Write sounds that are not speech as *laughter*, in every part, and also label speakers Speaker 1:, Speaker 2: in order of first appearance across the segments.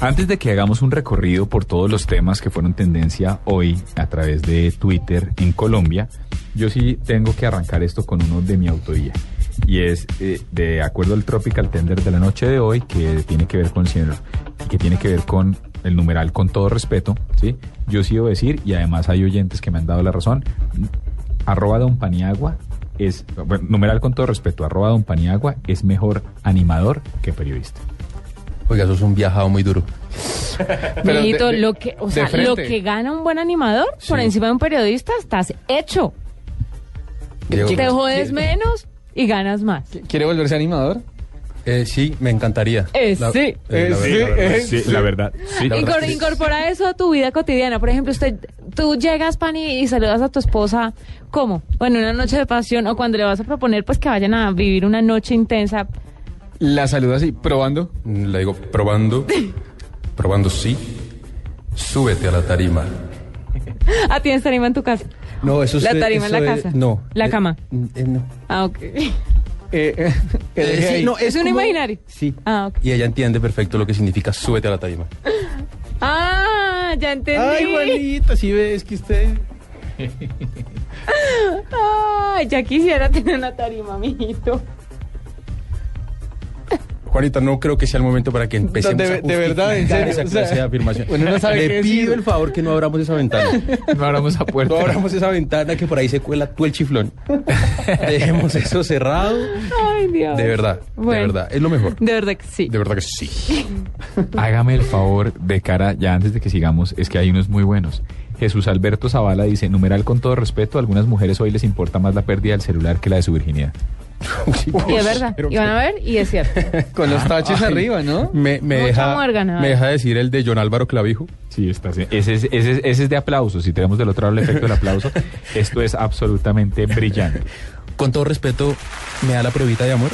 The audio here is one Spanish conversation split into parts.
Speaker 1: Antes de que hagamos un recorrido por todos los temas que fueron tendencia hoy a través de Twitter en Colombia, yo sí tengo que arrancar esto con uno de mi autoría. Y es eh, de acuerdo al Tropical Tender de la noche de hoy, que tiene que ver con que tiene que ver con el numeral con todo respeto, ¿sí? Yo sí debo decir, y además hay oyentes que me han dado la razón, arroba don Paniagua es, bueno, numeral con todo respeto, arroba don Paniagua es mejor animador que periodista.
Speaker 2: Oiga, eso es un viajado muy duro.
Speaker 3: Dieguito, lo que, o
Speaker 2: de
Speaker 3: sea, lo
Speaker 2: frente.
Speaker 3: que gana un buen animador por
Speaker 2: Sí.
Speaker 3: encima de un periodista, estás hecho.
Speaker 2: Diego,
Speaker 3: Te jodes
Speaker 2: ¿quiere-
Speaker 3: menos y ganas más.
Speaker 4: ¿Quiere volverse animador?
Speaker 2: eh, sí, me encantaría.
Speaker 3: Eh, sí.
Speaker 2: eh, la
Speaker 4: Eh,
Speaker 2: verdad, la verdad.
Speaker 1: Sí, la verdad. Sí.
Speaker 2: La verdad
Speaker 3: Incor-
Speaker 2: es que-
Speaker 3: incorpora eso a tu vida cotidiana. Por ejemplo, usted, tú llegas, Pani, y saludas a tu esposa, ¿cómo? Bueno, una noche de pasión, o cuando le vas a proponer, pues que vayan a vivir una noche intensa.
Speaker 4: La saluda así, probando.
Speaker 2: Le digo, probando, probando sí, súbete a la tarima.
Speaker 3: Ah, tienes tarima en tu casa.
Speaker 2: No, eso es...
Speaker 3: La tarima en
Speaker 2: eso
Speaker 3: la
Speaker 2: es-
Speaker 3: casa.
Speaker 2: no.
Speaker 3: La
Speaker 2: Eh,
Speaker 3: cama.
Speaker 2: eh, no.
Speaker 3: Ah, ok.
Speaker 4: Eh,
Speaker 2: *laughs*
Speaker 4: eh, que
Speaker 2: Eh,
Speaker 4: deje
Speaker 2: sí,
Speaker 4: ahí.
Speaker 2: no,
Speaker 3: Es un
Speaker 2: como-
Speaker 3: imaginario.
Speaker 2: Sí.
Speaker 3: Ah, ok.
Speaker 2: Y ella entiende perfecto lo que significa súbete a la tarima.
Speaker 3: Ah, ya entendí.
Speaker 2: si ves que usted...
Speaker 3: Ay, ya quisiera tener una tarima, mijito.
Speaker 2: Juanita, no creo que sea el momento para que empecemos
Speaker 4: No, de-
Speaker 2: a
Speaker 4: de verdad, en
Speaker 2: justificar
Speaker 4: serio,
Speaker 2: esa
Speaker 4: o sea,
Speaker 2: clase de afirmación.
Speaker 4: uno no sabe
Speaker 2: Le
Speaker 4: qué
Speaker 2: pido
Speaker 4: decir.
Speaker 2: el favor que no abramos esa ventana.
Speaker 4: *laughs*
Speaker 1: No abramos la puerta.
Speaker 2: No abramos esa ventana que por ahí se cuela tú el
Speaker 4: *laughs*
Speaker 2: chiflón. Dejemos eso cerrado.
Speaker 3: Ay, Dios.
Speaker 2: De verdad, de
Speaker 3: Bueno.
Speaker 2: verdad. Es lo mejor.
Speaker 3: De verdad que sí.
Speaker 2: De verdad que sí.
Speaker 1: Hágame el favor de cara, ya antes de que sigamos, es que hay unos muy buenos. Jesús Alberto Zavala dice, numeral con todo respeto, a algunas mujeres hoy les importa más la pérdida del celular que la de su virginidad.
Speaker 3: Y
Speaker 2: *laughs*
Speaker 3: es verdad.
Speaker 2: Pero-
Speaker 3: Y van a ver, y
Speaker 2: *laughs*
Speaker 3: es cierto.
Speaker 4: *laughs* Con los taches
Speaker 2: Ah, Ay,
Speaker 4: arriba, ¿no?
Speaker 2: Me, me
Speaker 3: Mucha
Speaker 2: deja,
Speaker 3: muérgana,
Speaker 2: me
Speaker 3: ¿vale?
Speaker 2: deja decir el de John Álvaro Clavijo.
Speaker 1: Sí, está así. Ese es, ese, es- ese es de aplauso. Si tenemos del otro lado el efecto del aplauso, *laughs* esto es absolutamente brillante.
Speaker 2: Con todo respeto, ¿me da la pruebita de amor?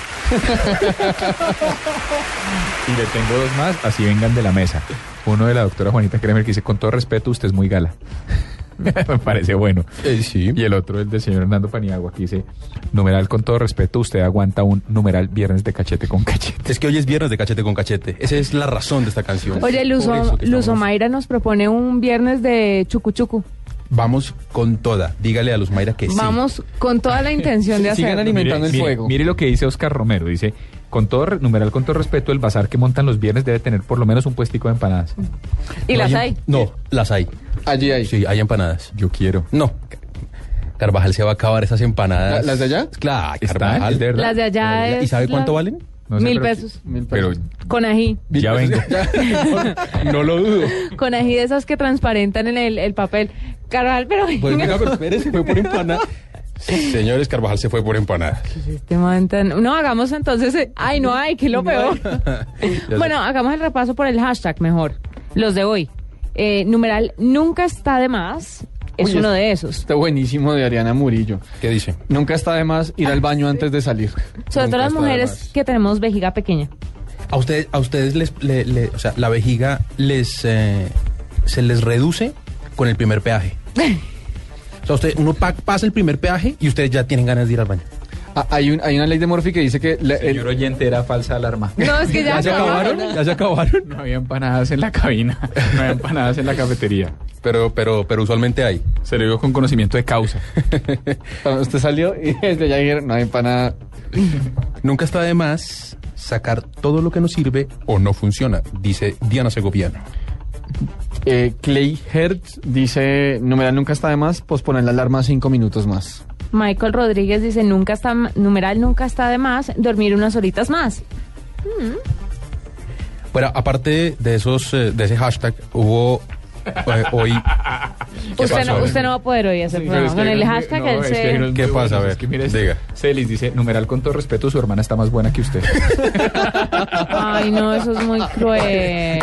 Speaker 1: Y le tengo dos más, así vengan de la mesa. Uno de la doctora Juanita Kremer que dice, con todo respeto, usted es muy gala. *laughs* Me parece bueno.
Speaker 2: Eh, sí.
Speaker 1: Y el otro, el del señor Hernando Paniagua, que dice, numeral con todo respeto, usted aguanta un numeral viernes de cachete con cachete.
Speaker 2: Es que hoy es viernes de cachete con cachete. Esa es la razón de esta canción.
Speaker 3: Oye, Luzo,
Speaker 2: Por eso que
Speaker 3: Luzo
Speaker 2: estamos-
Speaker 3: Mayra nos propone un viernes de chucuchucu.
Speaker 2: Vamos con toda. Dígale a Luz Mayra que Eh, sí.
Speaker 3: Vamos con toda la intención de
Speaker 4: Sí, sigan
Speaker 3: hacerlo.
Speaker 4: anima- Inventando el
Speaker 1: mire,
Speaker 4: fuego.
Speaker 1: Mire lo que dice Oscar Romero. Dice, con todo re- numeral, con todo respeto, el bazar que montan los viernes debe tener por lo menos un puestico de empanadas.
Speaker 3: Y
Speaker 2: No
Speaker 3: las
Speaker 2: em-
Speaker 3: hay.
Speaker 2: No, las hay.
Speaker 4: Allí, ahí.
Speaker 2: Sí, hay empanadas.
Speaker 1: Yo quiero.
Speaker 2: No. Carvajal se va a acabar esas empanadas.
Speaker 4: ¿La- las de allá?
Speaker 2: Claro, ay,
Speaker 1: Están,
Speaker 2: Carvajal.
Speaker 1: de verdad.
Speaker 3: Las de allá
Speaker 2: ¿Y
Speaker 3: es
Speaker 2: sabe cuánto
Speaker 3: la-
Speaker 2: valen?
Speaker 1: No sé,
Speaker 3: Mil
Speaker 1: pero-
Speaker 3: pesos.
Speaker 4: Mil pesos.
Speaker 1: Pero
Speaker 3: Con ají.
Speaker 1: ya vengo.
Speaker 2: No lo dudo.
Speaker 3: Con ají de esas que transparentan en el, el papel. Carval, pero *laughs*
Speaker 2: Pues
Speaker 3: venga.
Speaker 2: mira, pero espere, se fue por *laughs* empanada. Señores, Carvajal se fue por empanada.
Speaker 3: Este man tan- No, hagamos entonces... eh, Ay, no hay, que lo
Speaker 2: *laughs*
Speaker 3: peor. bueno, hagamos el repaso por el hashtag mejor. Los de hoy. Eh, numeral nunca está de más. Es
Speaker 4: Uy,
Speaker 3: uno
Speaker 4: es-
Speaker 3: de esos.
Speaker 4: Está buenísimo de Ariana Murillo.
Speaker 2: ¿Qué dice?
Speaker 4: Nunca está de más ir al baño antes de salir.
Speaker 2: Nunca
Speaker 3: Sobre todo las
Speaker 2: está de
Speaker 3: mujeres
Speaker 2: más.
Speaker 3: que tenemos vejiga pequeña.
Speaker 2: ¿A ustedes, a ustedes les, le- le- o sea, la vejiga les, eh, se les reduce con el primer peaje? O sea, usted, uno pa- pasa el primer peaje y ustedes ya tienen ganas de ir al baño.
Speaker 4: Ah, hay, un- hay una ley de Morphy que dice que... la-
Speaker 1: *laughs*
Speaker 4: el-
Speaker 1: Señor oyente, era falsa alarma.
Speaker 3: No, es que ya,
Speaker 2: ¿Ya se acabaron?
Speaker 1: No había empanadas en la cabina, no había empanadas en la cafetería.
Speaker 2: Pero, pero, pero usualmente hay.
Speaker 1: Se le dio con conocimiento de causa.
Speaker 4: cuando usted salió y *laughs* desde allá dijeron, no hay empanada.
Speaker 2: Nunca está de más sacar todo lo que nos sirve o no funciona, dice Diana Segoviano.
Speaker 4: Eh, Clay Hertz dice, numeral nunca está de más posponer la alarma cinco minutos más.
Speaker 3: Michael Rodríguez dice, nunca está, numeral nunca está de más, dormir unas horitas más.
Speaker 2: Bueno, aparte de esos, eh, de ese hashtag, hubo eh, hoy. ¿Qué
Speaker 3: Usted
Speaker 2: pasó?
Speaker 3: no, usted no va a poder hoy hacer programa. Con el hashtag él se-
Speaker 2: ¿Qué pasa? A ver, diga.
Speaker 1: Celis dice, numeral con todo respeto, su hermana está más buena que usted.
Speaker 3: Ay, no, eso es
Speaker 2: *laughs*
Speaker 3: muy cruel.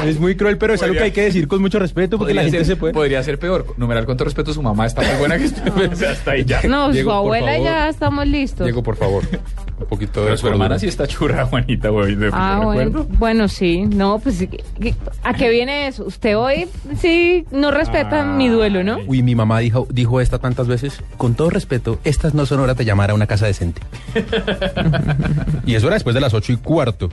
Speaker 2: Es muy *laughs* cruel, pero es algo que hay que decir con mucho respeto porque la gente
Speaker 1: ser,
Speaker 2: se
Speaker 1: *laughs*
Speaker 2: puede.
Speaker 1: podría ser peor. Numeral con todo respeto, su mamá está más buena que usted. *laughs* O sea, hasta ahí ya.
Speaker 3: No,
Speaker 2: Diego,
Speaker 3: su
Speaker 2: por
Speaker 3: abuela
Speaker 2: favor.
Speaker 3: ya estamos listos.
Speaker 2: Diego, por favor, un poquito de
Speaker 1: Pero su
Speaker 2: cordura.
Speaker 1: hermana sí está churra, Juanita, güey. de-
Speaker 3: ah,
Speaker 1: de
Speaker 3: bueno,
Speaker 1: recuerdo.
Speaker 3: bueno, sí. No, pues, ¿qué- qué- ¿a qué viene eso? Usted hoy sí no respeta
Speaker 1: Ay.
Speaker 3: mi duelo, ¿no?
Speaker 2: Uy, mi mamá dijo, dijo esta tantas veces, con todo respeto, estas no son horas de llamar a una casa decente. y eso era después de las ocho y cuarto.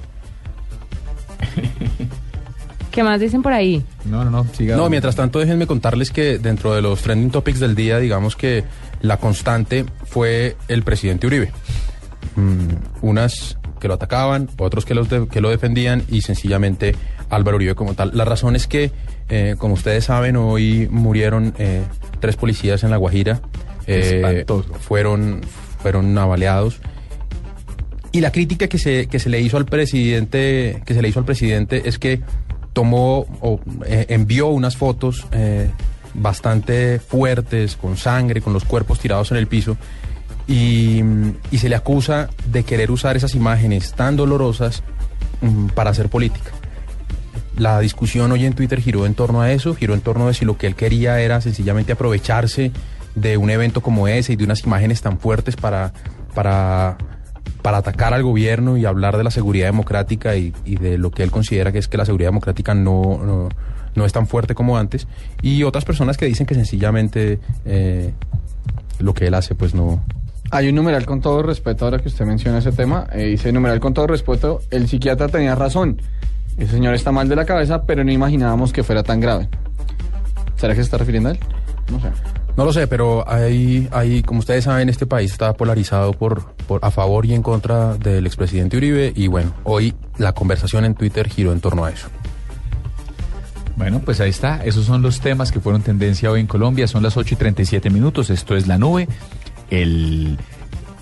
Speaker 3: ¿Qué más dicen por ahí?
Speaker 1: No, no, no, siga.
Speaker 2: No, mientras tanto, déjenme contarles que dentro de los trending topics del día, digamos que la constante fue el presidente Uribe. Mm, unas que lo atacaban, otros que, los de- que lo defendían y sencillamente Álvaro Uribe como tal. La razón es que, eh, como ustedes saben, hoy murieron eh, tres policías en La Guajira. Eh,
Speaker 1: Espantoso.
Speaker 2: Fueron, fueron avaleados. Y la crítica que se, que se le hizo al presidente, que se le hizo al presidente es que tomó o eh, envió unas fotos eh, bastante fuertes, con sangre, con los cuerpos tirados en el piso, y, mm, y se le acusa de querer usar esas imágenes tan dolorosas mm, para hacer política. La discusión hoy en Twitter giró en torno a eso, giró en torno de si lo que él quería era sencillamente aprovecharse de un evento como ese y de unas imágenes tan fuertes para, para, para atacar al gobierno y hablar de la seguridad democrática y, y de lo que él considera que es que la seguridad democrática no, no, no es tan fuerte como antes. Y otras personas que dicen que sencillamente eh, lo que él hace pues no...
Speaker 4: Hay un numeral con todo respeto, ahora que usted menciona ese tema, eh, dice numeral con todo respeto, el psiquiatra tenía razón, el señor está mal de la cabeza, pero no imaginábamos que fuera tan grave. ¿Será que se está refiriendo a él? No sé.
Speaker 2: No lo sé, pero hay, hay, como ustedes saben, este país está polarizado por, por a favor y en contra del expresidente Uribe y bueno, hoy la conversación en Twitter giró en torno a eso.
Speaker 1: Bueno, pues ahí está. Esos son los temas que fueron tendencia hoy en Colombia. Son las 8 y 37 minutos. Esto es La Nube. El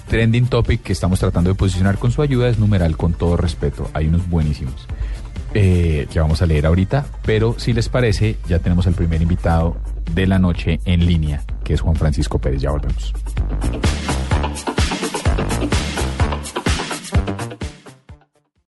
Speaker 1: trending topic que estamos tratando de posicionar con su ayuda es numeral con todo respeto. Hay unos buenísimos eh, que vamos a leer ahorita. Pero si les parece, ya tenemos al primer invitado de la noche en línea, que es Juan Francisco Pérez. Ya volvemos.